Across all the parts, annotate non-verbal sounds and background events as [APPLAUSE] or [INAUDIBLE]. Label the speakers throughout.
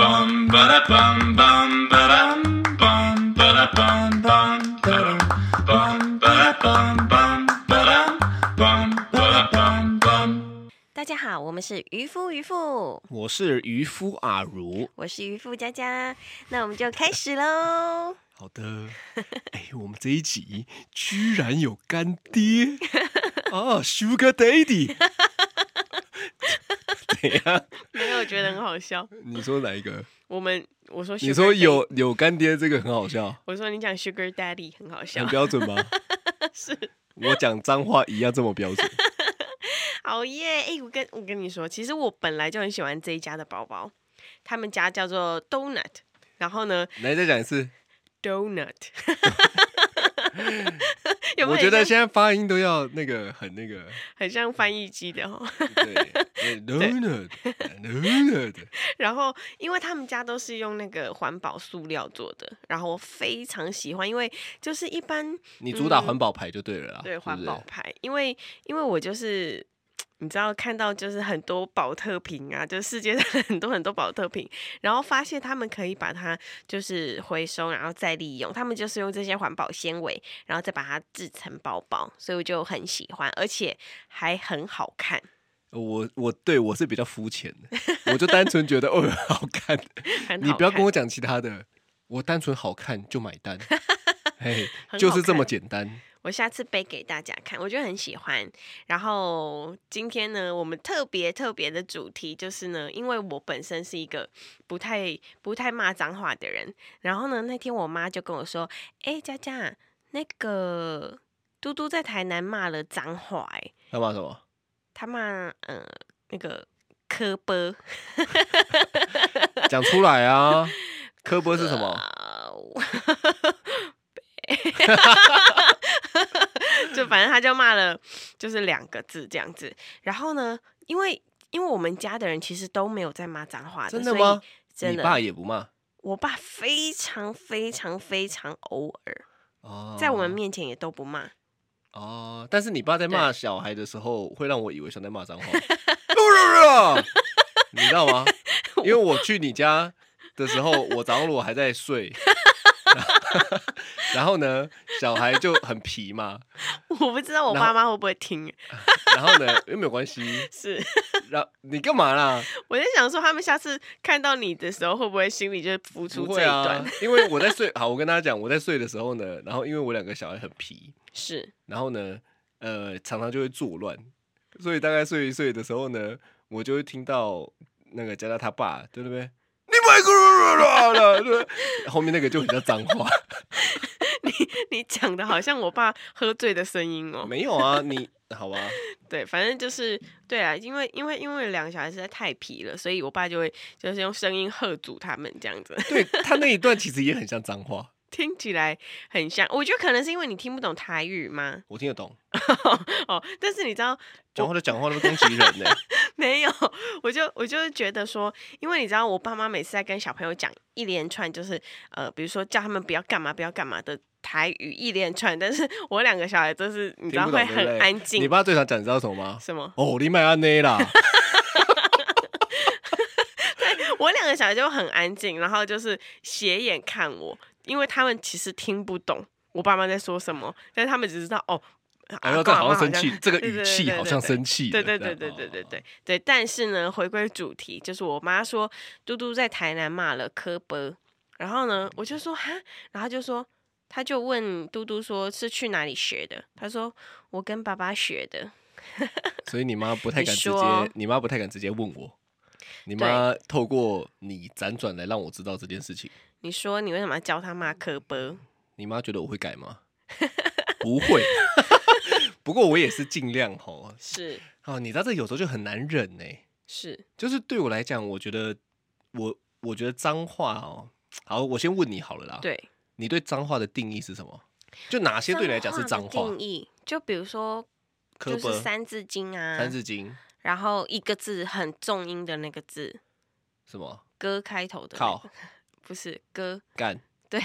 Speaker 1: bum ba da bum bum ba dum bum ba da bum bum ba dum bum ba da bum bum ba dum bum ba da bum bum.
Speaker 2: 大家好，我们是渔夫渔妇，
Speaker 3: 我是渔夫阿如。
Speaker 2: 我是渔夫佳佳，那我们就开始喽。
Speaker 3: 好的， [LAUGHS] 哎、我们这一集居然有干 [LAUGHS] 爹啊，Sugar Daddy。怎样？
Speaker 2: 没有，我觉得很好笑。
Speaker 3: 你说哪一 [LAUGHS] 个？
Speaker 2: 我们我说
Speaker 3: 你
Speaker 2: sugar
Speaker 3: 说
Speaker 2: daddy，
Speaker 3: 有有干爹这个很好 [LAUGHS] 笑，
Speaker 2: 我说你讲 Sugar Daddy 很好笑
Speaker 3: 很，标准吗？ [LAUGHS]
Speaker 2: 是
Speaker 3: 我讲脏话一样这么标准。 [LAUGHS]
Speaker 2: 熬夜。哎、我跟我跟你说，其实我本来就很喜欢这一家的包包，他们家叫做 Donut，然后呢
Speaker 3: 来，再讲一次。 [LAUGHS]
Speaker 2: Donut，有没有
Speaker 3: 我觉得
Speaker 2: 很像
Speaker 3: 现在发音都要那个很那个，
Speaker 2: 很像翻译机的哦？
Speaker 3: [LAUGHS] 对，donut，donut，
Speaker 2: 然后，因为他们家都是用那个环保塑料做的，然后我非常喜欢，因为就是一般
Speaker 3: 你主打环保牌嗯就对了啦。
Speaker 2: 对
Speaker 3: 是不
Speaker 2: 环
Speaker 3: 是
Speaker 2: 保牌，因为因为我就是。你知道看到就是很多保特瓶啊，就是世界上很多很多保特瓶，然后发现他们可以把它就是回收，然后再利用，他们就是用这些环保纤维，然后再把它制成包包，所以我就很喜欢，而且还很好看， [LAUGHS]
Speaker 3: 我我对我是比较肤浅的，我就单纯觉得哦好看，
Speaker 2: 很好看。
Speaker 3: 你不要跟我讲其他的，我单纯好看就买
Speaker 2: [LAUGHS]
Speaker 3: 单，嘿，
Speaker 2: 很
Speaker 3: 就是这
Speaker 2: 好
Speaker 3: 么
Speaker 2: 看
Speaker 3: 简单。
Speaker 2: 我下次背给大家看，我觉得很喜欢。然后今天呢，我们特别特别的主题就是呢，因为我本身是一个不太不太骂脏话的人，然后呢，那天我妈就跟我说：“哎、佳佳，那个嘟嘟在台南骂了脏话、欸，哎，
Speaker 3: 要骂什么？
Speaker 2: 他骂呃那个科波
Speaker 3: 讲出来
Speaker 2: [LAUGHS]
Speaker 3: 啊！科波是什么？
Speaker 2: 啊，我 [LAUGHS] 就反正他就骂了，就是两个字这样子。然后呢，因为因为我们家的人其实都没有在骂脏话
Speaker 3: 真
Speaker 2: 的
Speaker 3: 的
Speaker 2: 所以
Speaker 3: 吗？
Speaker 2: 真
Speaker 3: 你
Speaker 2: 的，
Speaker 3: 爸也不骂
Speaker 2: 我爸非常非常非常偶尔，
Speaker 3: 哦，
Speaker 2: 在我们面前也都不骂。 [LAUGHS]
Speaker 3: 哦，但是你爸在
Speaker 2: 对
Speaker 3: 骂小孩的时候，会让我以为像在骂
Speaker 2: [LAUGHS]
Speaker 3: 脏话，不不不你知道吗？因为我去你家的时候，我早上我还在睡，然后呢，小孩就很皮嘛，
Speaker 2: 我不知道我
Speaker 3: 然后
Speaker 2: 爸妈会不会听，
Speaker 3: 然后呢又没有关系，
Speaker 2: 是
Speaker 3: 然后你干嘛啦？
Speaker 2: 我在想说他们下次看到你的时候，会不会心里就浮出这
Speaker 3: 不会
Speaker 2: 一段？
Speaker 3: 啊，因为我在睡。好，我跟大家讲，我在睡的时候呢，然后因为我两个小孩很皮，
Speaker 2: 是 [LAUGHS]
Speaker 3: 然后呢，呃，常常就会作乱，所以大概睡一睡的时候呢，我就会听到那个佳佳他爸对不对？你买个啦啦啦，后面那个就很像脏话。 [LAUGHS]
Speaker 2: 你讲的好像我爸喝醉的声音哦。
Speaker 3: 没有啊，你好吧？
Speaker 2: 对，反正就是对啊，因为因为因为两个小孩实在太皮了，所以我爸就会就是用声音喝阻他们这样子， [LAUGHS]
Speaker 3: 对他那一段其实也很像脏话，
Speaker 2: 听起来很像。我觉得可能是因为你听不懂台语吗？
Speaker 3: 我听得懂。
Speaker 2: [LAUGHS] 哦，但是你知道
Speaker 3: 讲话就讲话，那么攻
Speaker 2: [LAUGHS]
Speaker 3: 击人呢、
Speaker 2: 没有？我就我就是觉得说，因为你知道我爸妈每次在跟小朋友讲一连串，就是呃，比如说叫他们不要干嘛不要干嘛的台语一连串，但是我两个小孩就是你知
Speaker 3: 听
Speaker 2: 道
Speaker 3: 不
Speaker 2: 会
Speaker 3: 懂对不
Speaker 2: 很
Speaker 3: 对？
Speaker 2: 安
Speaker 3: 你
Speaker 2: 静，
Speaker 3: 爸最常讲，你知道什么吗？
Speaker 2: 什么？
Speaker 3: 哦，你买安内啦，
Speaker 2: 我两个小孩就很安静，然后就是斜眼看我，因为他们其实听不懂我爸妈在说什么，但是他们只知道哦，
Speaker 3: 然
Speaker 2: 阿
Speaker 3: 后
Speaker 2: 公
Speaker 3: 哎
Speaker 2: 阿
Speaker 3: 这好
Speaker 2: 嬷
Speaker 3: 像生气，这
Speaker 2: [LAUGHS]
Speaker 3: 个
Speaker 2: 对
Speaker 3: 语
Speaker 2: 对
Speaker 3: 气
Speaker 2: 对
Speaker 3: 好
Speaker 2: 对
Speaker 3: 像
Speaker 2: 对
Speaker 3: 生气
Speaker 2: 对
Speaker 3: 了。哦
Speaker 2: 对对对对对对对，但是呢，回归主题，就是我妈说嘟嘟在台南骂了科波，然后呢，我就说哈，然后她就说，她就问嘟嘟说是去哪里学的，她说我跟爸爸学的，
Speaker 3: 哦所以你妈不太敢直
Speaker 2: 你说
Speaker 3: 接，你妈不太敢直接问我。你妈透过你辗转来让我知道这件事情，
Speaker 2: 你说你为什么要教他骂科波？
Speaker 3: 你妈觉得我会改吗？
Speaker 2: [LAUGHS]
Speaker 3: 不会。不过我也是尽量吼
Speaker 2: 是
Speaker 3: 啊，你知道这有时候就很难忍呢、
Speaker 2: 是，
Speaker 3: 就是对我来讲，我觉得我我觉得脏话哦，好，我先问你好了啦。，
Speaker 2: 对。
Speaker 3: 你对脏话的定义是什么？就哪些对你来讲是脏
Speaker 2: 话
Speaker 3: 话
Speaker 2: 的？定义，就比如说
Speaker 3: 科
Speaker 2: 就是
Speaker 3: 波、
Speaker 2: 三字经啊，
Speaker 3: 三字经
Speaker 2: 然后一个字很重音的那个字，
Speaker 3: 什么？
Speaker 2: 歌开头的、那个
Speaker 3: 靠
Speaker 2: 不是歌，
Speaker 3: 干。
Speaker 2: 对。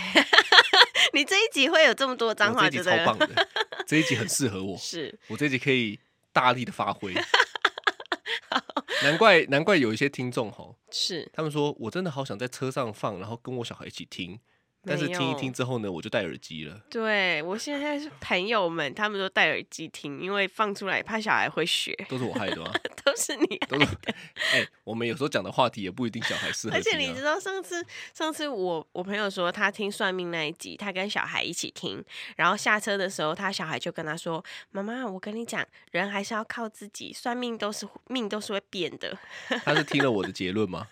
Speaker 2: 你这一集会有这么多脏
Speaker 3: 我这
Speaker 2: 话，
Speaker 3: 一集
Speaker 2: 对不
Speaker 3: 超棒
Speaker 2: 对？
Speaker 3: 的，这一集很适合我，
Speaker 2: 是 [LAUGHS]
Speaker 3: 我这一集可以大力的发挥。难怪难怪有一些听众吼，
Speaker 2: 是
Speaker 3: 他们说我真的好想在车上放，然后跟我小孩一起听，但是
Speaker 2: 没有
Speaker 3: 听一听之后呢，我就戴耳机了。
Speaker 2: 对我现在是朋友们，他们都戴耳机听，因为放出来怕小孩会学， [LAUGHS]
Speaker 3: 都是我害的吗？啊
Speaker 2: 都是你啊
Speaker 3: 都是哎、我们有时候讲的话题也不一定小孩适合
Speaker 2: 而
Speaker 3: 听、
Speaker 2: 且
Speaker 3: 啊。
Speaker 2: 你知道上次上次我我朋友说他听算命那一集，他跟小孩一起听，然后下车的时候，他小孩就跟他说：“妈妈，我跟你讲，人还是要靠自己，算命都是命都是会变的。 [LAUGHS]
Speaker 3: 他是听了我的结论吗？”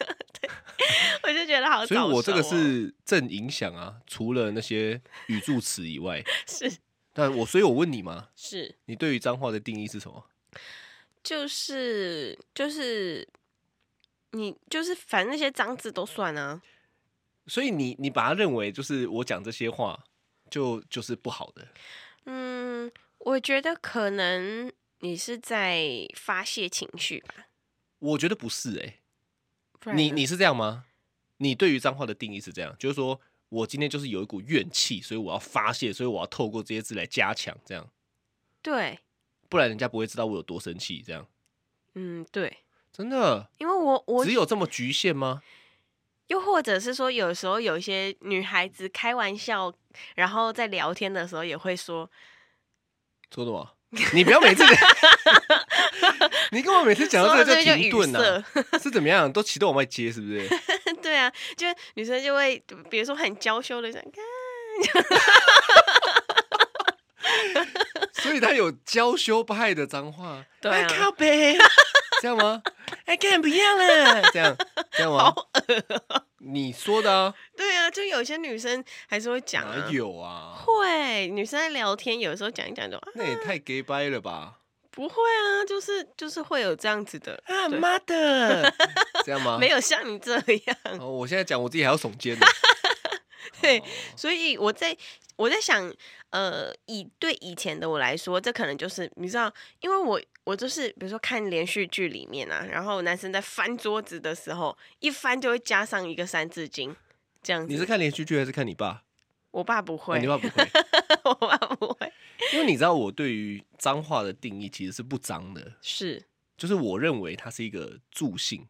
Speaker 2: 我就觉得 [LAUGHS] 好早
Speaker 3: 所以
Speaker 2: 熟哦、
Speaker 3: 我这个是正影响啊，除了那些语助词以外，
Speaker 2: [LAUGHS] 是
Speaker 3: 但我所以我问你嘛，
Speaker 2: 是
Speaker 3: 你对于脏话的定义是什么？
Speaker 2: 就是就是你就是反正那些脏字都算啊，
Speaker 3: 所以你你把它认为就是我讲这些话就就是不好的，
Speaker 2: 嗯，我觉得可能你是在发泄情绪吧。
Speaker 3: 我觉得不是哎、
Speaker 2: 不然
Speaker 3: 你
Speaker 2: 呢
Speaker 3: 你是这样吗？你对于脏话的定义是这样，就是说我今天就是有一股怨气，所以我要发泄，所以我要透过这些字来加强，这样
Speaker 2: 对，
Speaker 3: 不然人家不会知道我有多生气，这样
Speaker 2: 嗯对，
Speaker 3: 真的
Speaker 2: 因为我我
Speaker 3: 只有这么局限吗？
Speaker 2: 又或者是说，有时候有一些女孩子开玩笑，然后在聊天的时候也会说，
Speaker 3: 说
Speaker 2: [LAUGHS]
Speaker 3: 什么？你不要每次， [LAUGHS] 你跟我每次讲到
Speaker 2: 说到
Speaker 3: 这个就
Speaker 2: 这边
Speaker 3: 停
Speaker 2: 就语
Speaker 3: 顿啊，是怎么样？都骑到我外接是不是？
Speaker 2: [LAUGHS] 对啊，就是女生就会，比如说很娇羞的想，看
Speaker 3: 所以他有娇羞派的脏话，
Speaker 2: 对啊
Speaker 3: 哎靠背，这样吗？哎，干不要了，这样这样吗？你说的啊，
Speaker 2: 对啊，就有些女生还是会 [LAUGHS] 讲啊
Speaker 3: 哪，有啊？
Speaker 2: 会女生在聊天，有时候讲一讲就啊，
Speaker 3: 那也太 gay 掰
Speaker 2: [LAUGHS]
Speaker 3: 了吧？
Speaker 2: 不会啊，就是就是会有这样子的，
Speaker 3: 啊
Speaker 2: 对
Speaker 3: 妈的，这样吗？
Speaker 2: [LAUGHS] 没有像你这样， [LAUGHS]
Speaker 3: 哦，我现在讲我自己还要耸肩呢。
Speaker 2: 对
Speaker 3: 哦，
Speaker 2: 所以我在我在想，呃，以对以前的我来说，这可能就是你知道，因为我我就是比如说看连续剧里面啊，然后男生在翻桌子的时候，一翻就会加上一个三字经，这样子。
Speaker 3: 你是看连续剧还是看你爸？
Speaker 2: 我爸不
Speaker 3: 哦
Speaker 2: 会，
Speaker 3: 你爸不会，
Speaker 2: 我爸不会，
Speaker 3: 因为你知道我对于脏话的定义其实是不脏的。
Speaker 2: 是
Speaker 3: 就是我认为它是一个助兴，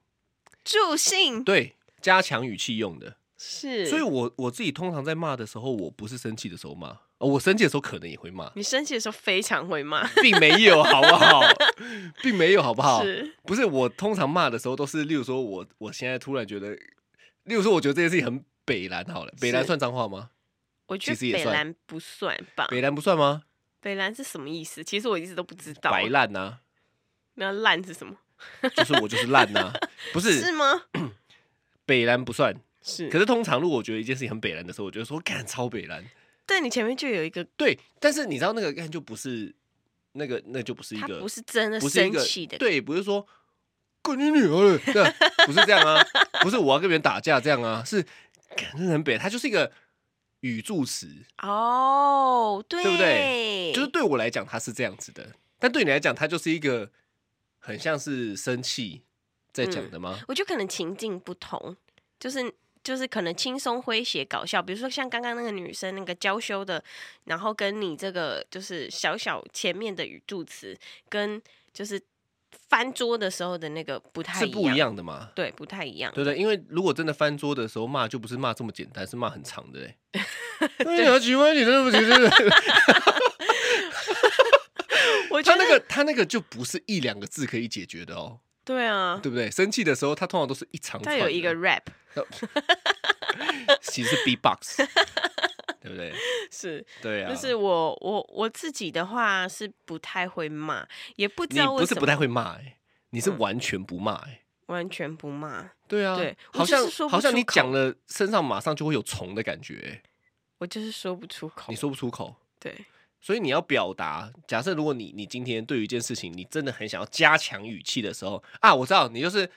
Speaker 2: 助兴，
Speaker 3: 对，加强语气用的。
Speaker 2: 是。
Speaker 3: 所以我我自己通常在骂的时候，我不是生气的时候骂，哦，我生气的时候可能也会骂，
Speaker 2: 你生气的时候非常会骂，
Speaker 3: 并没有，好不好？ [LAUGHS] 并没有，好不 [LAUGHS] 好？
Speaker 2: 是
Speaker 3: 不是我通常骂的时候都是，例如说我我现在突然觉得，例如说我觉得这件事情很北蓝好了，北蓝
Speaker 2: 是
Speaker 3: 算脏话吗？
Speaker 2: 我觉
Speaker 3: 其实
Speaker 2: 得
Speaker 3: 也
Speaker 2: 北
Speaker 3: 算
Speaker 2: 兰不算吧？
Speaker 3: 北蓝不算吗？
Speaker 2: 北兰是什么意思？其实我一直都不知道。
Speaker 3: 白烂呐、
Speaker 2: 那烂是什么？
Speaker 3: 就是我就是烂
Speaker 2: [LAUGHS]
Speaker 3: 呐、不是
Speaker 2: 是吗？
Speaker 3: 北蓝不算。
Speaker 2: 是。
Speaker 3: 可是通常如果我觉得一件事情很北蓝的时候，我就说干超北蓝。
Speaker 2: 但你前面就有一个
Speaker 3: 对，但是你知道那个干就不是那个，那就不是一
Speaker 2: 他
Speaker 3: 个，
Speaker 2: 不是真的
Speaker 3: 不是一
Speaker 2: 生
Speaker 3: 个
Speaker 2: 气的，
Speaker 3: 对，不是说干你女儿了，对啊，不是这样啊，不是我要跟别人打架这样啊，是干那很北，它就是一个语助词，
Speaker 2: 哦，对
Speaker 3: 对不对就是对我来讲它是这样子的，但对你来讲它就是一个很像是生气
Speaker 2: 嗯
Speaker 3: 在讲的吗？
Speaker 2: 我觉得可能情境不同，就是就是可能轻松诙谐搞笑，比如说像刚刚那个女生那个娇羞的，然后跟你这个就是小小前面的语助词跟就是翻桌的时候的那个不太
Speaker 3: 是不一
Speaker 2: 一样，
Speaker 3: 样的嘛。
Speaker 2: 对，不太一样，
Speaker 3: 对不对？因为如果真的翻桌的时候骂，就不是骂这么简单，是骂很长
Speaker 2: [LAUGHS]
Speaker 3: 的嘞。哎呀，奇怪，你真的不行，真的。
Speaker 2: 我觉
Speaker 3: 他
Speaker 2: 得
Speaker 3: 那个他那个就不是一两个字可以解决的哦，
Speaker 2: 对啊，
Speaker 3: 对不对？生气的时候，他通常都是一长
Speaker 2: 它
Speaker 3: 串的，
Speaker 2: 有一个 rap [LAUGHS]
Speaker 3: [LAUGHS] 其实是 B-box，对不对？
Speaker 2: 是，
Speaker 3: 对啊，
Speaker 2: 就是我我我自己的话是不太会骂，也不知
Speaker 3: 你
Speaker 2: 道为
Speaker 3: 不
Speaker 2: 什
Speaker 3: 是
Speaker 2: 么
Speaker 3: 不太会骂、欸，你是完全不骂、欸，
Speaker 2: 完全不骂。
Speaker 3: 对啊，
Speaker 2: 对我
Speaker 3: 好像
Speaker 2: 就是说不
Speaker 3: 好像
Speaker 2: 出
Speaker 3: 你
Speaker 2: 口
Speaker 3: 讲了，身上马上就会有虫的感觉、欸
Speaker 2: 我就是说不出口。
Speaker 3: 你说不出口。
Speaker 2: 对，
Speaker 3: 所以你要表达，假设如果你你今天对于一件事情，你真的很想要加强语气的时候啊，我知道你就是， [LAUGHS]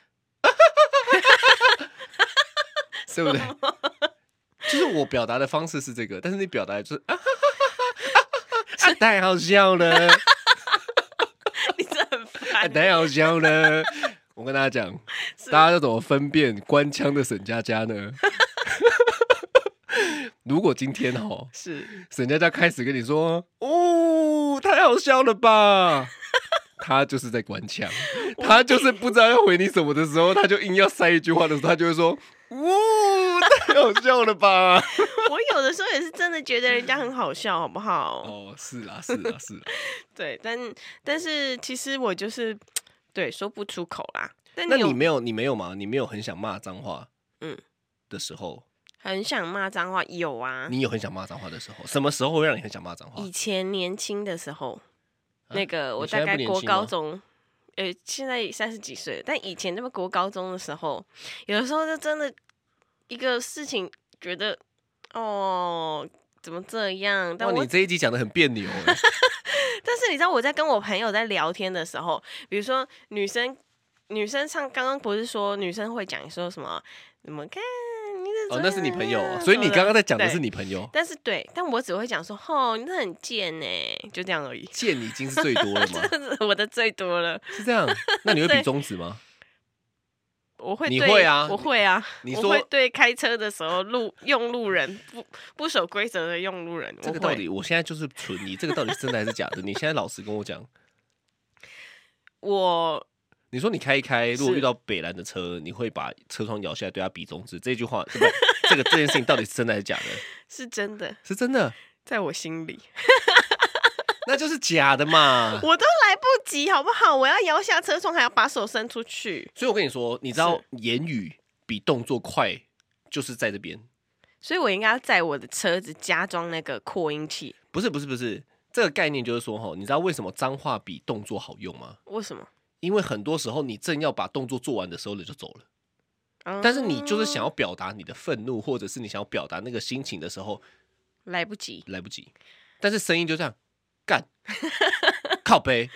Speaker 3: 对不对？ [LAUGHS] 就是我表达的方式是这个，但是你表达的就是 [LAUGHS] 啊，啊太好笑了，
Speaker 2: [LAUGHS] 你真的很
Speaker 3: 啊
Speaker 2: 烦。
Speaker 3: 太好笑了。我跟大家讲，大家要怎么分辨官腔的沈佳佳呢？ [LAUGHS] 如果今天哦，
Speaker 2: 是
Speaker 3: 沈佳佳开始跟你
Speaker 2: [LAUGHS]
Speaker 3: 说：“哦，太好笑了吧！”他就是在官腔，
Speaker 2: 我
Speaker 3: 他就是不知道要回你什么的时候，他就硬要塞一句话的时候，他就会说：“呜，太好笑
Speaker 2: [LAUGHS]
Speaker 3: 了吧
Speaker 2: 我有的时候也是真的觉得人家很好笑，好不？”好？
Speaker 3: 哦，是啦，是
Speaker 2: [LAUGHS]
Speaker 3: 啦，是啦。
Speaker 2: 对，但但是其实我就是对说不出口啦。但
Speaker 3: 那
Speaker 2: 有
Speaker 3: 你没有，你没有吗？你没有很想骂脏话，
Speaker 2: 嗯
Speaker 3: 嗯，的时候，
Speaker 2: 很想骂脏话？有啊，
Speaker 3: 你有很想骂脏话的时候，什么时候会让你很想骂脏话
Speaker 2: 以？前年轻的时候，
Speaker 3: 啊
Speaker 2: 那个我
Speaker 3: 你
Speaker 2: 大
Speaker 3: 现在
Speaker 2: 概
Speaker 3: 不年
Speaker 2: 国
Speaker 3: 轻吗
Speaker 2: 高中，呃，现在三十几岁了，但以前那么国高中的时候，有的时候就真的一个事情觉得哦。怎么这样？但
Speaker 3: 哇，
Speaker 2: 我
Speaker 3: 你这一集讲的很别扭哎、
Speaker 2: 但是你知道我在跟我朋友在聊天的时候，比如说女生，女生唱刚刚不是说女生会讲说什么怎么看你这啊
Speaker 3: 哦，那是你朋
Speaker 2: [LAUGHS]
Speaker 3: 友、哦，
Speaker 2: 怎么样
Speaker 3: 所以你刚刚在讲的
Speaker 2: 对
Speaker 3: 是你朋友，。
Speaker 2: 但是对，但我只会讲说哦，你那很贱呢，就这样而已 [LAUGHS]
Speaker 3: 贱已经是最多了吗？
Speaker 2: 这是我的最多了，
Speaker 3: 是
Speaker 2: [LAUGHS]
Speaker 3: 这样？那你会比
Speaker 2: 对
Speaker 3: 中指吗？
Speaker 2: 我会
Speaker 3: 你
Speaker 2: 对
Speaker 3: 会啊
Speaker 2: 我会啊，
Speaker 3: 你
Speaker 2: 我
Speaker 3: 说
Speaker 2: 会对开车的时候路用路人不不守规则的用路人，
Speaker 3: 这
Speaker 2: 我
Speaker 3: 个到
Speaker 2: 会
Speaker 3: 底，我现在就是存疑，这个到底是真的还是假的？你现在老实跟我讲，
Speaker 2: 我
Speaker 3: 你说你开一开，如果
Speaker 2: 是
Speaker 3: 遇到北兰的车，你会把车窗摇下来对他比中指，这句话，这个这个这件事情到底是真的还是假的？
Speaker 2: 是真的，
Speaker 3: 是真的，
Speaker 2: 在我心里， [LAUGHS]
Speaker 3: 那就是假的嘛。
Speaker 2: 我都来不及，好不好？我要摇下车窗，还要把手伸出去，
Speaker 3: 所以我跟你说，你知道言语比动作快，就是在这边。
Speaker 2: 所以我应该要在我的车子加装那个扩音器。
Speaker 3: 不是不是不是，这个概念就是说，哈，你知道为什么脏话比动作好用吗？
Speaker 2: 为什么？
Speaker 3: 因为很多时候你正要把动作做完的时候，你就走了。
Speaker 2: 嗯
Speaker 3: 但是你就是想要表达你的愤怒，或者是你想要表达那个心情的时候，
Speaker 2: 嗯来不及，
Speaker 3: 来不及。但是声音就这样，干，靠背，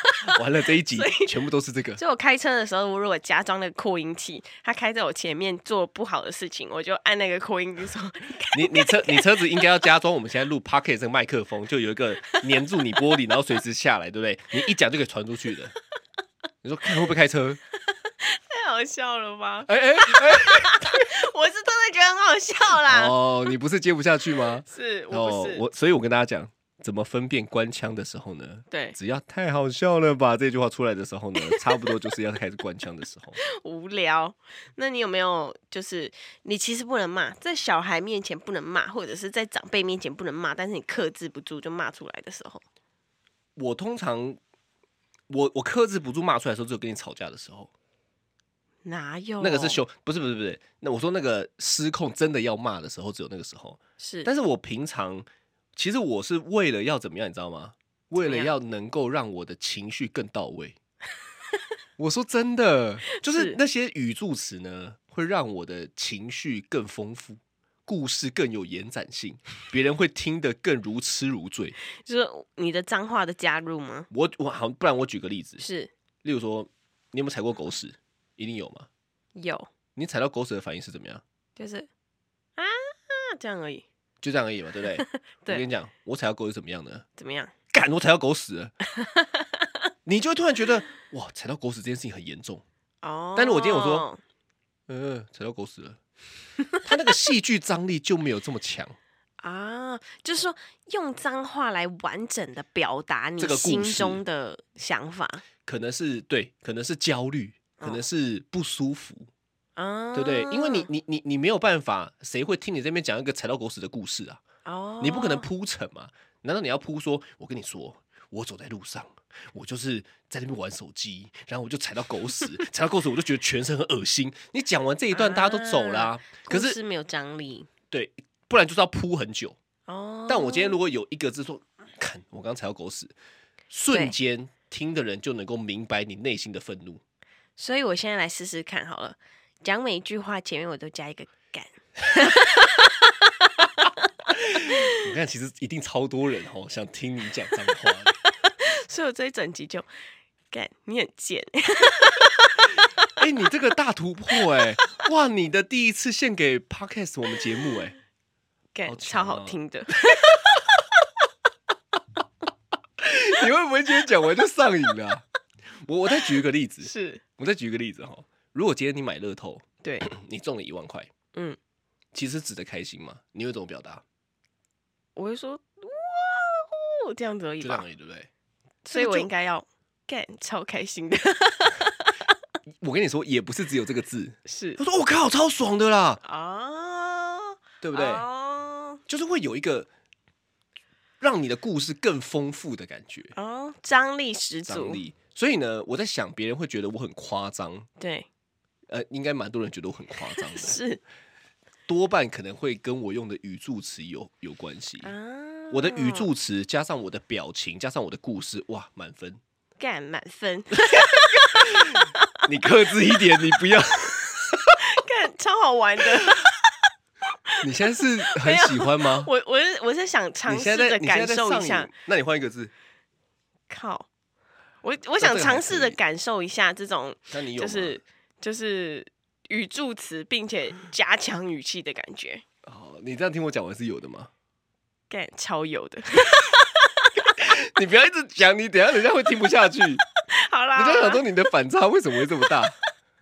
Speaker 3: [LAUGHS] 完了这一集全部都是这个。
Speaker 2: 所以我开车的时候，我如果加装那个扩音器，他开在我前面做不好的事情，我就按那个扩音器说 [LAUGHS]
Speaker 3: 你你车你车子应该要加装我们现在录 p o c k e t 这个麦克风，就有一个粘住你玻璃，然后随时下来，对不对？你一讲就可以传出去的。你说看会不会开车？
Speaker 2: 太好笑了吧？
Speaker 3: 哎哎
Speaker 2: [LAUGHS]
Speaker 3: 哎！
Speaker 2: 我是真的觉得很好笑啦，
Speaker 3: 哦，你不是接不下去吗？
Speaker 2: 是我
Speaker 3: 哦
Speaker 2: 不是、，
Speaker 3: 我所以，我跟大家讲，怎么分辨官腔的时候呢？
Speaker 2: 对
Speaker 3: 只要太好笑了吧这句话出来的时候呢， [LAUGHS] 差不多就是要开始官腔的时候。
Speaker 2: 无聊。那你有没有就是你其实不能骂，在小孩面前不能骂，或者是在长辈面前不能骂，但是你克制不住就骂出来的时候，
Speaker 3: 我通常我我克制不住骂出来的时候，只有跟你吵架的时候，
Speaker 2: 哪有
Speaker 3: 那个是凶，不是不是不是。那我说那个失控真的要骂的时候，只有那个时候。
Speaker 2: 是，
Speaker 3: 但是我平常其实我是为了要怎么样，你知道吗？为
Speaker 2: 怎
Speaker 3: 了
Speaker 2: 么样
Speaker 3: 要能够让我的情绪更到位。我说真的，就是
Speaker 2: 是
Speaker 3: 那些语助词呢，会让我的情绪更丰富，故事更有延展性，别人会听得更如痴如醉。
Speaker 2: 就是你的脏话的加入吗？
Speaker 3: 我我好，不然我举个例子，
Speaker 2: 是
Speaker 3: 例如说，你有没有踩过狗屎？一定有嘛。
Speaker 2: 有，
Speaker 3: 你踩到狗屎的反应是怎么样？
Speaker 2: 就是啊这样而已，
Speaker 3: 就这样而已嘛，对
Speaker 2: [LAUGHS]
Speaker 3: 不对？
Speaker 2: 对
Speaker 3: 我跟你讲，我踩到狗屎怎么样呢？
Speaker 2: 怎么样？
Speaker 3: 干，我踩到狗屎了你就会突然觉得，哇，踩到狗屎这件事情很严重。
Speaker 2: 哦，
Speaker 3: 但是我今天我说，嗯、踩到狗屎了，他那个戏剧张力就没有这么强。
Speaker 2: 啊，就是说用脏话来完整的表达你
Speaker 3: 这个故
Speaker 2: 心
Speaker 3: 事
Speaker 2: 中的想法
Speaker 3: 可能是对，可能是焦虑，可
Speaker 2: 哦
Speaker 3: 能是不舒服，
Speaker 2: 啊，
Speaker 3: 对不对？因为你你你你没有办法，谁会听你这边讲一个踩到狗屎的故事啊？
Speaker 2: 哦，
Speaker 3: 你不可能铺陈嘛？难道你要铺说？我跟你说，我走在路上，我就是在那边玩手机，然后我就踩到狗
Speaker 2: [LAUGHS]
Speaker 3: 屎，踩到狗屎我就觉得全身很恶心。你讲完这一段，大家都走啦、
Speaker 2: 啊
Speaker 3: 可
Speaker 2: 故
Speaker 3: 是
Speaker 2: 事没有张力
Speaker 3: 对，不然就是要铺很久。
Speaker 2: 哦。
Speaker 3: 但我今天如果有一个字说，看我刚踩到狗屎，瞬间听的人就能够明白你内心的愤怒。
Speaker 2: 所以我现在来试试看好了，讲每一句话前面我都加一个
Speaker 3: [LAUGHS]
Speaker 2: 干，
Speaker 3: 你看，其实一定超多人哦，想听你讲脏话的。
Speaker 2: 所以我这一整集就干，你很贱，欸
Speaker 3: 哎、你这个大突破哎、哇，你的第一次献给 podcast 我们节目哎、
Speaker 2: 干、
Speaker 3: 好
Speaker 2: 超
Speaker 3: 强
Speaker 2: 好
Speaker 3: 哦
Speaker 2: 听
Speaker 3: [LAUGHS]
Speaker 2: 的。
Speaker 3: 你会不会今天讲完就上瘾了啊、我我再举一个例子，
Speaker 2: 是，
Speaker 3: [LAUGHS] 我再举一个例子哈。如果今天你买乐透，
Speaker 2: 对，
Speaker 3: 你中了一万块，
Speaker 2: 嗯，
Speaker 3: 其实值得开心吗？你会怎么表达？
Speaker 2: 我会说哇哦这样子而已
Speaker 3: 就这样
Speaker 2: 吧
Speaker 3: 而，已，对不对？
Speaker 2: 所以
Speaker 3: 这个
Speaker 2: 我
Speaker 3: 就
Speaker 2: 应该要干超开心的。
Speaker 3: 我跟你说，也不 [LAUGHS] 是只有这个字。
Speaker 2: [LAUGHS] 是
Speaker 3: 他说：“我、靠，超爽的啦，
Speaker 2: 哦，对
Speaker 3: 对不对？
Speaker 2: 哦
Speaker 3: 就是会有一个让你的故事更丰富的感觉，
Speaker 2: 哦，张力十
Speaker 3: 张
Speaker 2: 足，
Speaker 3: 力。所以呢，我在想，别人会觉得我很夸张，
Speaker 2: 对，
Speaker 3: 呃，应该蛮多人觉得我很夸张的，
Speaker 2: 是
Speaker 3: 多半可能会跟我用的语助词有有关系。
Speaker 2: 啊，
Speaker 3: 我的语助词加上我的表情，加上我的故事，哇，满分！
Speaker 2: 干满分， [LAUGHS]
Speaker 3: 你克制一点，你不要，
Speaker 2: 干超好玩的。 [LAUGHS]
Speaker 3: 你现在是很喜欢吗？
Speaker 2: 我我是我是想尝
Speaker 3: 你
Speaker 2: 试
Speaker 3: 现在
Speaker 2: 着
Speaker 3: 在你现在
Speaker 2: 感
Speaker 3: 在
Speaker 2: 受一
Speaker 3: 上
Speaker 2: 下
Speaker 3: 瘾，，那你换一个字，
Speaker 2: 靠，我我
Speaker 3: 这
Speaker 2: 想
Speaker 3: 个还
Speaker 2: 尝试
Speaker 3: 可
Speaker 2: 着
Speaker 3: 以
Speaker 2: 感受一下这种
Speaker 3: 那你有
Speaker 2: 就
Speaker 3: 吗
Speaker 2: 是就是语助词，并且加强语气的感觉，
Speaker 3: 哦，你这样听我讲完是有的吗？ [LAUGHS]
Speaker 2: 干超有的。 [LAUGHS]
Speaker 3: 你不要一直讲，你等一下人家会听不
Speaker 2: [LAUGHS]
Speaker 3: 下去，人
Speaker 2: 好啦，
Speaker 3: 家想说你的反差为什么会这么大？ [LAUGHS] 啊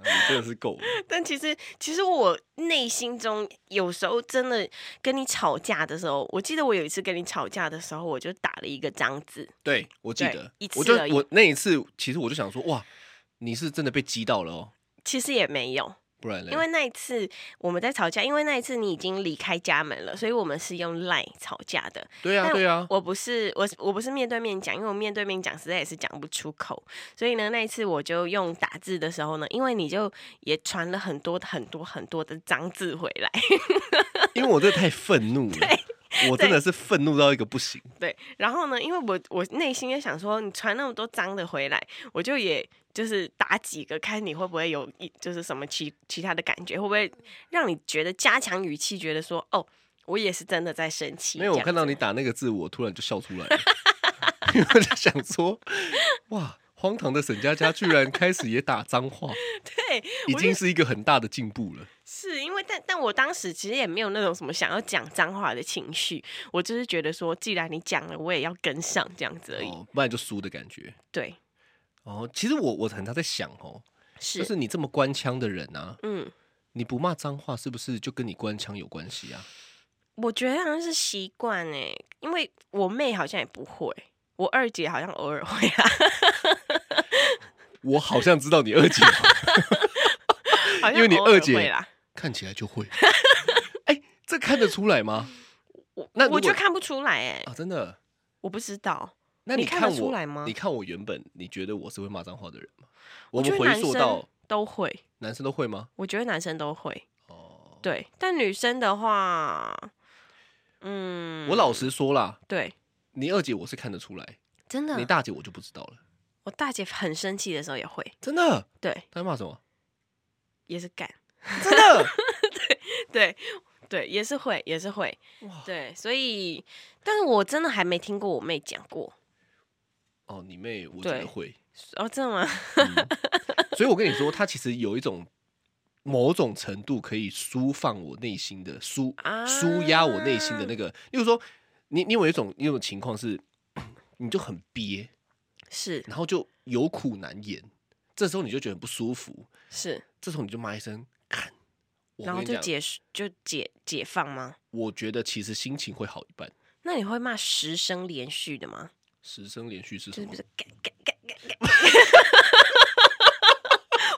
Speaker 3: 你真的是
Speaker 2: [LAUGHS]
Speaker 3: 够了，
Speaker 2: 但其实，其实我内心中有时候真的跟你吵架的时候，我记得我有一次跟你吵架的时候，我就打了一个脏字，
Speaker 3: 对我记
Speaker 2: 对
Speaker 3: 得
Speaker 2: 一，次
Speaker 3: 我就
Speaker 2: 而已
Speaker 3: 我那一次，其实我就想说，哇，你是真的被击到了哦，
Speaker 2: 其实也没有，
Speaker 3: 不然嘞，
Speaker 2: 因为那一次我们在吵架，因为那一次你已经离开家门了，所以我们是用 Line 吵架的。
Speaker 3: 对啊
Speaker 2: 但
Speaker 3: 对啊，
Speaker 2: 我不是我我不是面对面讲，因为我面对面讲实在也是讲不出口，所以呢，那一次我就用打字的时候呢，因为你就也传了很多很多很多的脏字回来，
Speaker 3: 因为我真的太
Speaker 2: [LAUGHS]
Speaker 3: 愤怒了，我真的是愤怒到一个不行。
Speaker 2: 对，然后呢，因为我我内心也想说，你传那么多脏的回来，我就也就是打几个，看你会不会有一就是什么其其他的感觉，会不会让你觉得加强语气，觉得说哦，我也是真的在生气。
Speaker 3: 没有，我
Speaker 2: 这样
Speaker 3: 看到
Speaker 2: 子
Speaker 3: 你打那个字，我突然就笑出来了，因为我在想说，哇，荒唐的沈佳佳居然开始也打脏话，
Speaker 2: [LAUGHS] 对，
Speaker 3: 已
Speaker 2: 我
Speaker 3: 经
Speaker 2: 就是
Speaker 3: 一个很大的进步了。
Speaker 2: 是因为但但我当时其实也没有那种什么想要讲脏话的情绪，我就是觉得说，既然你讲了，我也要跟上这样子而已。
Speaker 3: 哦，不然就输的感觉。
Speaker 2: 对，
Speaker 3: 哦，其实我我很常在想哦，
Speaker 2: 是，
Speaker 3: 就是你这么官腔的人啊，
Speaker 2: 嗯，
Speaker 3: 你不骂脏话是不是就跟你官腔有关系啊？ [LAUGHS]
Speaker 2: 我觉得好像是习惯哎，因为我妹好像也不会。我二姐好像偶尔会啊，
Speaker 3: 我好像知道你二姐
Speaker 2: 好像
Speaker 3: 因为你
Speaker 2: 偶尔
Speaker 3: 二姐
Speaker 2: 会啦，
Speaker 3: [LAUGHS] 看起来就会， [LAUGHS] 哎，这看得出来吗？
Speaker 2: 我
Speaker 3: 那如
Speaker 2: 我就
Speaker 3: 果
Speaker 2: 看不出来哎、
Speaker 3: 啊，真的。
Speaker 2: 我不知道，
Speaker 3: 那
Speaker 2: 你
Speaker 3: 你
Speaker 2: 看
Speaker 3: 看
Speaker 2: 得出
Speaker 3: 我
Speaker 2: 来吗
Speaker 3: 你看我原本，你觉得我是会骂脏话的人吗？我
Speaker 2: 我觉
Speaker 3: 们
Speaker 2: 得
Speaker 3: 回
Speaker 2: 男
Speaker 3: 溯
Speaker 2: 生
Speaker 3: 到
Speaker 2: 都会，
Speaker 3: 男生都会吗？
Speaker 2: 我觉得男生都会，
Speaker 3: 哦，
Speaker 2: 对，但女生的话，嗯，
Speaker 3: 我老实说啦，
Speaker 2: 对，
Speaker 3: 你二姐我是看得出来，
Speaker 2: 真的
Speaker 3: 你，大姐我就不知道了，
Speaker 2: 我大姐很生气的时候也会，
Speaker 3: 真的。
Speaker 2: 对，
Speaker 3: 她在骂什么？
Speaker 2: 也是干，
Speaker 3: 真的？
Speaker 2: [LAUGHS] 对对，也是会，也是会，
Speaker 3: 哇！
Speaker 2: 对，所以，但是我真的还没听过我妹讲过，
Speaker 3: [LAUGHS] 哦，你妹，我觉
Speaker 2: 对
Speaker 3: 得会。
Speaker 2: 哦，真的吗？ [LAUGHS]
Speaker 3: [LAUGHS] 所以我跟你说，她其实有一种某种程度可以舒放我内心的舒
Speaker 2: 啊
Speaker 3: 舒压我内心的那个，例如说，你你有一种一种情况是， [COUGHS] 你就很憋，
Speaker 2: 是
Speaker 3: 然后就有苦难言，这时候你就觉得很不舒服，
Speaker 2: 是，
Speaker 3: 这时候你就骂一声“看”，我
Speaker 2: 然后
Speaker 3: 跟你
Speaker 2: 就
Speaker 3: 讲，
Speaker 2: 解就解解放吗？
Speaker 3: 我觉得其实心情会好一半。
Speaker 2: 那你会骂十声连续的吗？
Speaker 3: 十声连续是
Speaker 2: 就
Speaker 3: 什
Speaker 2: 是
Speaker 3: 么
Speaker 2: 不？是干干干干干。 [LAUGHS]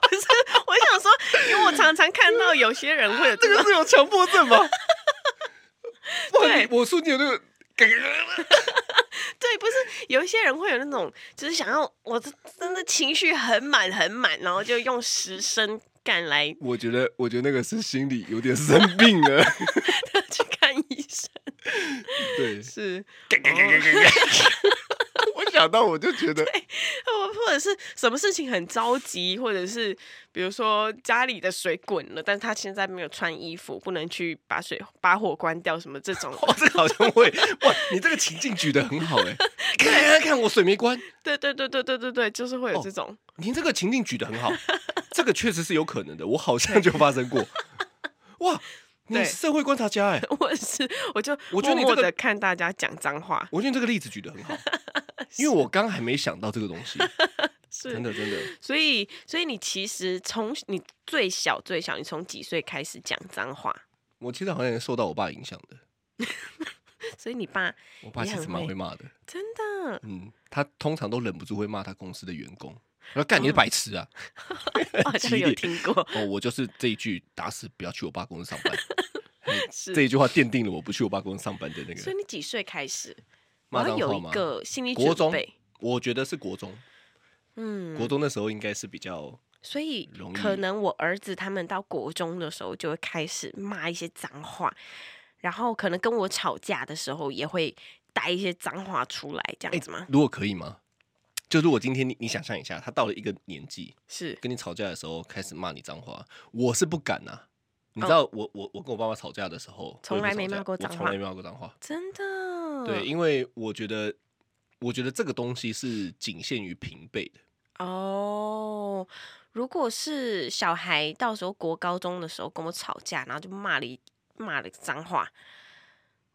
Speaker 2: 不是，我想说，因为我常常看到有些人会有这
Speaker 3: 这
Speaker 2: 个，
Speaker 3: 个是有强迫 [LAUGHS] 症吗？哇，
Speaker 2: 对
Speaker 3: 你我瞬间有那个
Speaker 2: 对，不是有一些人会有那种，就是想要我这真的情绪很满很满，然后就用十声干来
Speaker 3: 我觉得，我觉得那个是心理有点生病了。
Speaker 2: [LAUGHS] 去看医生。 [LAUGHS]
Speaker 3: 对，
Speaker 2: 是，
Speaker 3: 我想到我就觉得，
Speaker 2: 或或者是什么事情很着急，或者是比如说家里的水滚了，但他现在没有穿衣服，不能去把水把火关掉，什么这 [LAUGHS] 种的。
Speaker 3: 哇，这个好像会，哇，你这个情境举得很好
Speaker 2: [LAUGHS]
Speaker 3: 哎、看看看，我水没关，
Speaker 2: 对对对对对对对，就是会有
Speaker 3: 哦
Speaker 2: 这种。
Speaker 3: 您这个情境举得很好，这个确实是有可能的，我好像就发生过。哇，你
Speaker 2: 对
Speaker 3: 是社会观察家哎、
Speaker 2: 我是，我就
Speaker 3: 我觉
Speaker 2: 默
Speaker 3: 得你
Speaker 2: 默
Speaker 3: 这个
Speaker 2: 的看大家讲脏话，
Speaker 3: 我觉得你这个例子举得很
Speaker 2: [LAUGHS]
Speaker 3: 好，因为我刚还没想到这个东西，
Speaker 2: 是，
Speaker 3: 真的真的。
Speaker 2: 所以，所以你其实从你最小最小，你从几岁开始讲脏话？
Speaker 3: 我其实好像也受到我爸影响的，
Speaker 2: 所以你
Speaker 3: [LAUGHS]
Speaker 2: 爸
Speaker 3: 我爸
Speaker 2: 也
Speaker 3: 其
Speaker 2: 很
Speaker 3: 实蛮
Speaker 2: 会
Speaker 3: 会骂的，
Speaker 2: 真的
Speaker 3: 嗯，他通常都忍不住会骂他公司的员工，
Speaker 4: 我
Speaker 2: 哦
Speaker 4: 说干你是白痴啊！
Speaker 2: 我好像
Speaker 3: 激
Speaker 2: 有
Speaker 3: 烈
Speaker 2: 听
Speaker 3: [LAUGHS]
Speaker 2: 过，
Speaker 4: 哦，我就是这一句打死不要去我爸公司上班，
Speaker 2: [LAUGHS] 是
Speaker 3: 这一句话奠定了我不去我爸公司上班的那
Speaker 2: 所
Speaker 3: 个
Speaker 2: 以。你几岁开始？我
Speaker 3: 骂
Speaker 2: 要
Speaker 3: 脏
Speaker 2: 有
Speaker 3: 话
Speaker 2: 一
Speaker 3: 吗？
Speaker 2: 个心理
Speaker 3: 国
Speaker 2: 准
Speaker 3: 中
Speaker 2: 备。，
Speaker 3: 我觉得是国中，
Speaker 2: 嗯，
Speaker 3: 国中那时候应该是比较
Speaker 2: 所以
Speaker 3: 容易
Speaker 2: 可能我儿子他们到国中的时候就会开始骂一些脏话，然后可能跟我吵架的时候也会带一些脏话出来，这样子吗？
Speaker 3: 如果可以吗？就如果今天你你想象一下，他到了一个年纪，
Speaker 2: 是
Speaker 3: 跟你吵架的时候开始骂你脏话，我是不敢呐、你知道我、我我跟我爸爸吵架的时候，
Speaker 2: 哦从来
Speaker 3: 我
Speaker 2: 没
Speaker 3: 也不吵架
Speaker 2: 骂过脏话
Speaker 3: 我
Speaker 2: 嗯
Speaker 3: 从来没骂过脏话。
Speaker 2: 真的，
Speaker 3: 对，因为我觉得我觉得这个东西是仅限于平辈的。
Speaker 2: 哦。如果是小孩到时候国高中的时候跟我吵架，然后就骂了一骂了脏话，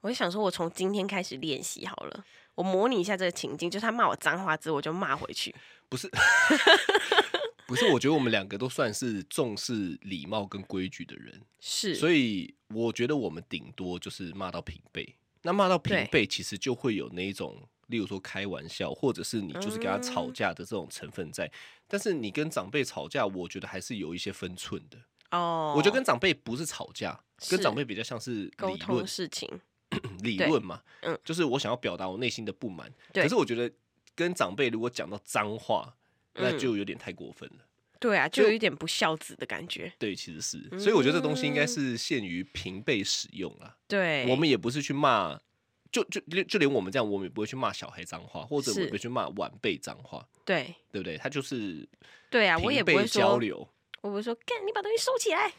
Speaker 2: 我就想说，我从今天开始练习好了，我模拟一下这个情境，就他骂我脏话之后，我就骂回去。
Speaker 3: [LAUGHS] 不是，我觉得我们两个都算是重视礼貌跟规矩的人，
Speaker 2: 是，
Speaker 3: 所
Speaker 2: 以
Speaker 3: 以我觉得我们顶多就是骂到平辈。那骂到平
Speaker 2: 对
Speaker 3: 辈，其实就会有那一种，例如说开玩笑，或者是你就是跟他吵
Speaker 2: 嗯
Speaker 3: 架的这种成分在。但是你跟长辈吵架，我觉得还是有一些分寸的。
Speaker 2: 哦，
Speaker 3: 我觉得跟长辈不是吵架，跟
Speaker 2: 是
Speaker 3: 长辈比较像是
Speaker 2: 沟
Speaker 3: 理
Speaker 2: 通
Speaker 3: 论
Speaker 2: 事情，
Speaker 3: [CLEARS THROAT] 理
Speaker 2: 对
Speaker 3: 论嘛，
Speaker 2: 嗯
Speaker 3: 就是我想要表达我内心的不满。
Speaker 2: 对
Speaker 3: 可是我觉得跟长辈如果讲到脏话，那
Speaker 2: 嗯
Speaker 3: 就有点太过分了。
Speaker 2: 对啊，就
Speaker 3: 就
Speaker 2: 有一点不孝子的感觉。
Speaker 3: 对，其实是，
Speaker 2: 嗯
Speaker 3: 所以我觉得这东西应该是限于平辈使用啦。
Speaker 2: 对，
Speaker 3: 我们也不是去骂，就就就就连我们这样，我们也不会去骂小孩脏话，或者
Speaker 2: 是
Speaker 3: 我们也不会去骂晚辈脏话，
Speaker 2: 对
Speaker 3: 对不对？他就是
Speaker 2: 对啊，我也
Speaker 3: 平
Speaker 2: 不会
Speaker 3: 辈
Speaker 2: 说，
Speaker 3: 交流。
Speaker 2: 我不会说，干你把东西收起来。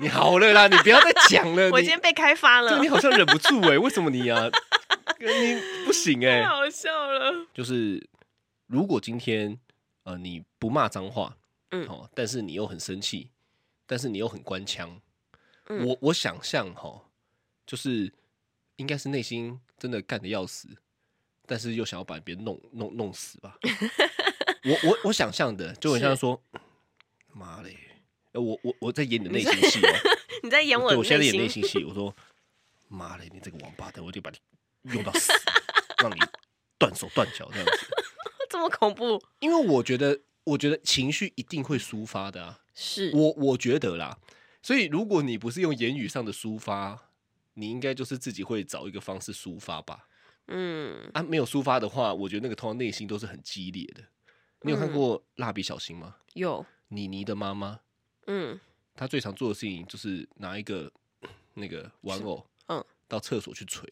Speaker 3: 你好了啦，你不要再讲
Speaker 2: [LAUGHS]
Speaker 3: 了。
Speaker 2: 我
Speaker 3: 你
Speaker 2: 今天被开发
Speaker 3: 这
Speaker 2: 了
Speaker 3: 个你，好像忍不住哎、为什么你啊？ [LAUGHS] 你不行
Speaker 2: [LAUGHS]
Speaker 3: 哎、
Speaker 2: 太好笑
Speaker 3: [LAUGHS]
Speaker 2: 了。
Speaker 3: 就是如果今天呃你不骂脏话，
Speaker 2: 嗯
Speaker 3: 哦，但是你又很生气，但是你又很官腔，
Speaker 2: 嗯
Speaker 3: 我我想象哈、哦，就是应该是内心真的干的要死，但是又想要把别人弄弄弄死吧。我我我想象的就很像
Speaker 2: 是
Speaker 3: 说，妈嘞，呃我我我在演你的内
Speaker 2: 你
Speaker 3: 心戏、哦。
Speaker 2: 你在演我
Speaker 3: 对
Speaker 2: 的
Speaker 3: 我现在
Speaker 2: 内
Speaker 3: 演内
Speaker 2: 心，
Speaker 3: 心戏，我说妈嘞，你这个王八蛋，我就把你用到
Speaker 2: [LAUGHS]
Speaker 3: 死，让你断手断脚这样子。
Speaker 2: 这么恐怖？
Speaker 3: 因为我觉得，我觉得情绪一定会抒发的啊，
Speaker 2: 是
Speaker 3: 我我觉得啦。所以如果你不是用言语上的抒发，你应该就是自己会找一个方式抒发吧。
Speaker 2: 嗯，
Speaker 3: 啊，没有抒发的话，我觉得那个通常内心都是很激烈的。你有看
Speaker 2: 嗯
Speaker 3: 过《蜡笔小新》吗？
Speaker 2: 有，
Speaker 3: 妮妮的妈妈，
Speaker 2: 嗯，
Speaker 3: 她最常做的事情就是拿一个 [CLEARS THROAT] 那个玩偶，
Speaker 2: 嗯，
Speaker 3: 到厕所去捶，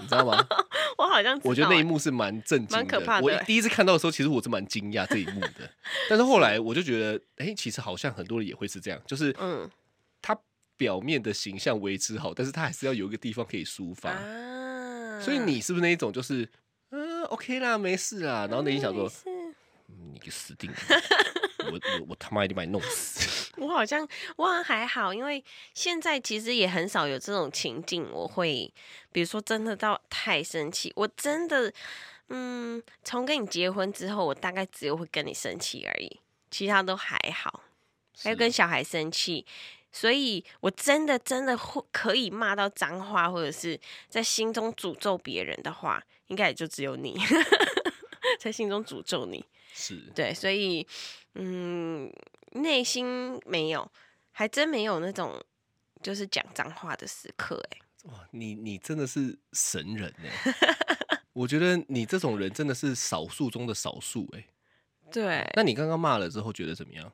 Speaker 3: 你知道吗？
Speaker 2: [LAUGHS] 我好像知道
Speaker 3: 我觉得那一
Speaker 2: 欸
Speaker 3: 幕是蛮震惊的，
Speaker 2: 蛮可怕的欸
Speaker 3: 我第一次看到的时候，其实我是蛮惊讶这一幕
Speaker 2: [LAUGHS]
Speaker 3: 的，但是后来我就觉得，哎、其实好像很多人也会是这样，就是
Speaker 2: 嗯
Speaker 3: 他表面的形象维持好，但是他还是要有一个地方可以抒发。
Speaker 2: 啊
Speaker 3: 所以你是不是那一种就是，嗯、o k 啦，没事啦，然后内心想说
Speaker 2: 没，事
Speaker 3: 嗯你个死定了，我我我他妈一定把你弄死。
Speaker 2: 我好像我好像还好，因为现在其实也很少有这种情境，我会比如说真的到太生气，我真的嗯，从跟你结婚之后，我大概只有会跟你生气而已，其他都还好， [LAUGHS] 还有跟小孩生气。所以，我真的真的会可以骂到脏话，或者是在心中诅咒别人的话，应该也就只有你， [LAUGHS] 在心中诅咒你。
Speaker 3: 是
Speaker 2: 对，所以嗯，内心没有，还真没有那种就是讲脏话的时刻、欸。
Speaker 3: 哇，你你真的是神人
Speaker 2: [LAUGHS]
Speaker 3: 哎、我觉得你这种人真的是少数中的少数哎、
Speaker 2: 对，
Speaker 3: 那你刚刚骂了之后觉得怎么样？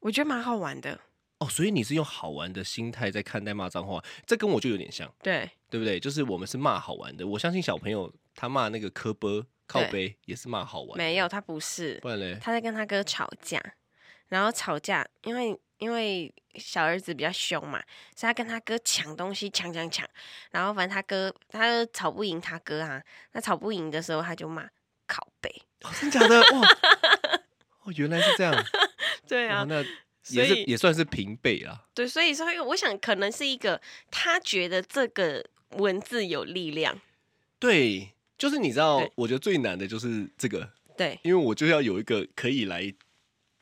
Speaker 2: 我觉得蛮好玩的。
Speaker 3: 哦，所以你是用好玩的心态在看待骂脏话，这跟我就有点像，
Speaker 2: 对，
Speaker 3: 对不对？就是我们是骂好玩的，我相信小朋友他骂那个科波靠背也是骂好玩，
Speaker 2: 没有，，他不是
Speaker 3: 不，然嘞，
Speaker 2: 他在跟他哥吵架，然后吵架，因为因为小儿子比较凶嘛，所以他跟他哥抢东西，抢抢抢，然后反正他哥他就吵不赢他哥啊，那吵不赢的时候他就骂靠背。
Speaker 3: 哦、真假的哇，哦，原来是这样，
Speaker 2: [LAUGHS] 对啊
Speaker 3: 哇，那
Speaker 2: 所
Speaker 3: 也是
Speaker 2: 以
Speaker 3: 也算是平辈啦，
Speaker 2: 对，所以说我想可能是一个他觉得这个文字有力量，
Speaker 3: 对，就是你知道
Speaker 2: 对，
Speaker 3: 我觉得最难的就是这个，
Speaker 2: 对，
Speaker 3: 因为我就要有一个可以来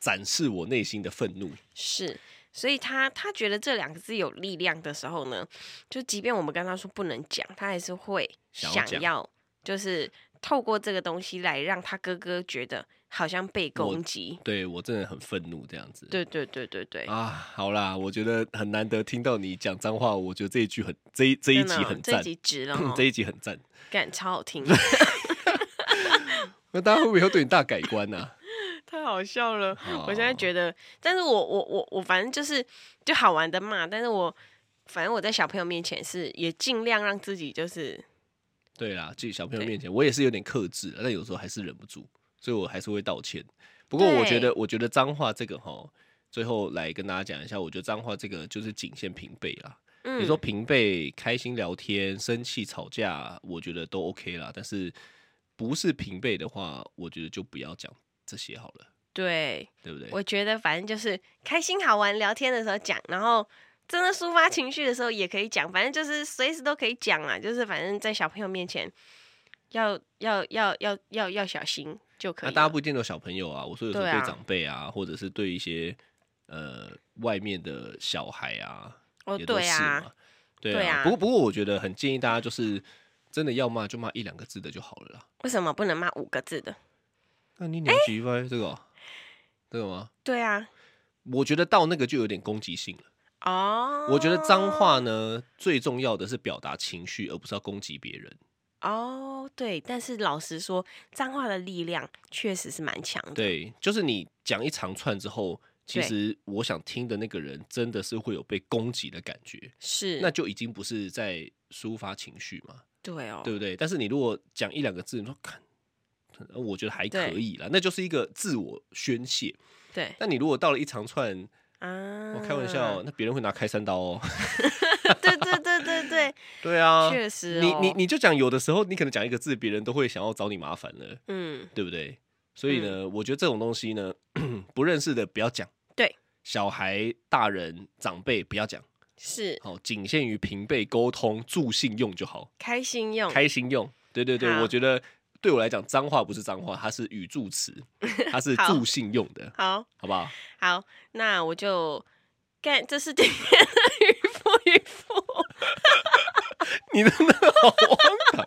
Speaker 3: 展示我内心的愤怒，
Speaker 2: 是。所以他他觉得这两个字有力量的时候呢，就即便我们跟他说不能讲，他还是会
Speaker 3: 想要
Speaker 2: 想
Speaker 3: 讲
Speaker 2: 要，就是透过这个东西来让他哥哥觉得好像被攻击。
Speaker 3: 对我真的很愤怒这样子。
Speaker 2: 对对对对对，
Speaker 5: 啊，好啦，我觉得很难得听到你讲脏话，我觉得这一句很这一这一
Speaker 2: 真的
Speaker 5: 集
Speaker 2: 哦
Speaker 5: 很
Speaker 2: 这一
Speaker 5: 赞，
Speaker 2: 集
Speaker 5: [CLEARS THROAT]
Speaker 2: 值了
Speaker 3: 嗯
Speaker 2: 哦，
Speaker 5: 这一集很赞。
Speaker 2: 感超
Speaker 5: [LAUGHS]
Speaker 2: 好听，
Speaker 5: 那大家会不会以后对你大改观呢、啊？
Speaker 2: 太好
Speaker 5: [LAUGHS]
Speaker 2: 笑了。我现在
Speaker 5: 得
Speaker 2: 觉得，但是我我我我反正就是就好玩的骂，但是我反正我在小朋友面前是也尽量让自己就是
Speaker 3: [LAUGHS] 对啦，就小朋友
Speaker 2: 对
Speaker 3: 面前，我也是有点克制，但有时候还是忍不住，所以我还是会道歉。不过我觉得，我觉得脏话这个哈，最后来跟大家讲一下，我觉得脏话这个就是仅限平辈啦。
Speaker 2: 嗯，
Speaker 3: 你说平辈开心聊天、生气吵架，我觉得都 OK 啦。但是不是平辈的话，我觉得就不要讲这些好了，
Speaker 2: 对，
Speaker 3: 对不对？
Speaker 2: 我觉得反正就是开心好玩聊天的时候讲，然后真的抒发情绪的时候也可以讲，反正就是随时都可以讲啊，就是反正在小朋友面前要要要要要要小心就可
Speaker 3: 那
Speaker 2: 以了。啊
Speaker 3: 大家不一定有小朋友啊，我说有时候
Speaker 2: 对啊
Speaker 3: 对长辈啊，或者是对一些呃外面的小孩啊，
Speaker 2: 哦，
Speaker 3: 也都
Speaker 2: 对
Speaker 3: 是
Speaker 2: 啊
Speaker 3: 嘛，。对
Speaker 2: 对啊
Speaker 3: 不过不过我觉得很建议大家就是真的要骂就骂一两个字的就好了啦。
Speaker 2: 为什么不能骂五个字的？
Speaker 3: 那你两级歪这个哦这个吗？
Speaker 2: 对啊，
Speaker 3: 我觉得到那个就有点攻击性了。
Speaker 2: 哦，
Speaker 3: 我觉得脏话呢，最重要的是表达情绪，而不是要攻击别人。
Speaker 2: 哦，对，但是老实说，脏话的力量确实是蛮强的。，
Speaker 3: 对，就是你讲一长串之后，其
Speaker 2: 对
Speaker 3: 实我想听的那个人真的是会有被攻击的感觉。
Speaker 2: 是，
Speaker 3: 那就已经不是在抒发情绪嘛，
Speaker 2: 对哦，
Speaker 3: 对不对？但是你如果讲一两个字，你说看，呃我觉得还可以啦，那就是一个自我宣泄。
Speaker 2: 对
Speaker 3: 但你如果到了一长串，
Speaker 2: 啊，
Speaker 3: 我、开玩笑，，那别人会拿开山刀哦。
Speaker 2: [LAUGHS] 对对对对对，
Speaker 3: 对 [LAUGHS] 啊，
Speaker 2: 确实
Speaker 3: 你
Speaker 2: 哦
Speaker 3: 你你就讲，有的时候你可能讲一个字，别人都会想要找你麻烦了，
Speaker 2: 嗯，
Speaker 3: 对不对？所以呢，我觉得这种东西呢， [CLEARS THROAT] 不认识的不要讲。
Speaker 2: 对，
Speaker 3: 小孩、大人、长辈不要讲，
Speaker 2: 是
Speaker 3: 好，仅限于平辈沟通、助兴用就好。
Speaker 2: 开心用，
Speaker 3: 开心用。对对对
Speaker 2: 好，
Speaker 3: 我觉得对我来讲，脏话不是脏话，它是语助
Speaker 2: [LAUGHS]
Speaker 3: 词，它是
Speaker 2: 好
Speaker 3: 助兴用的，
Speaker 2: 好
Speaker 3: 好
Speaker 2: [LAUGHS]
Speaker 3: 不好？
Speaker 2: 好，那我就干，这是今天的渔夫渔夫，
Speaker 5: 你真的好
Speaker 2: [LAUGHS]
Speaker 5: 荒唐。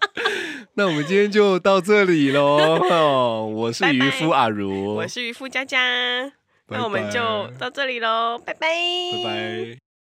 Speaker 5: 那我们今天就到这里喽。哦我是渔夫阿如，
Speaker 2: 我是渔夫佳佳，那我们
Speaker 5: 拜拜
Speaker 2: 就到这里喽，拜拜，
Speaker 5: 拜拜。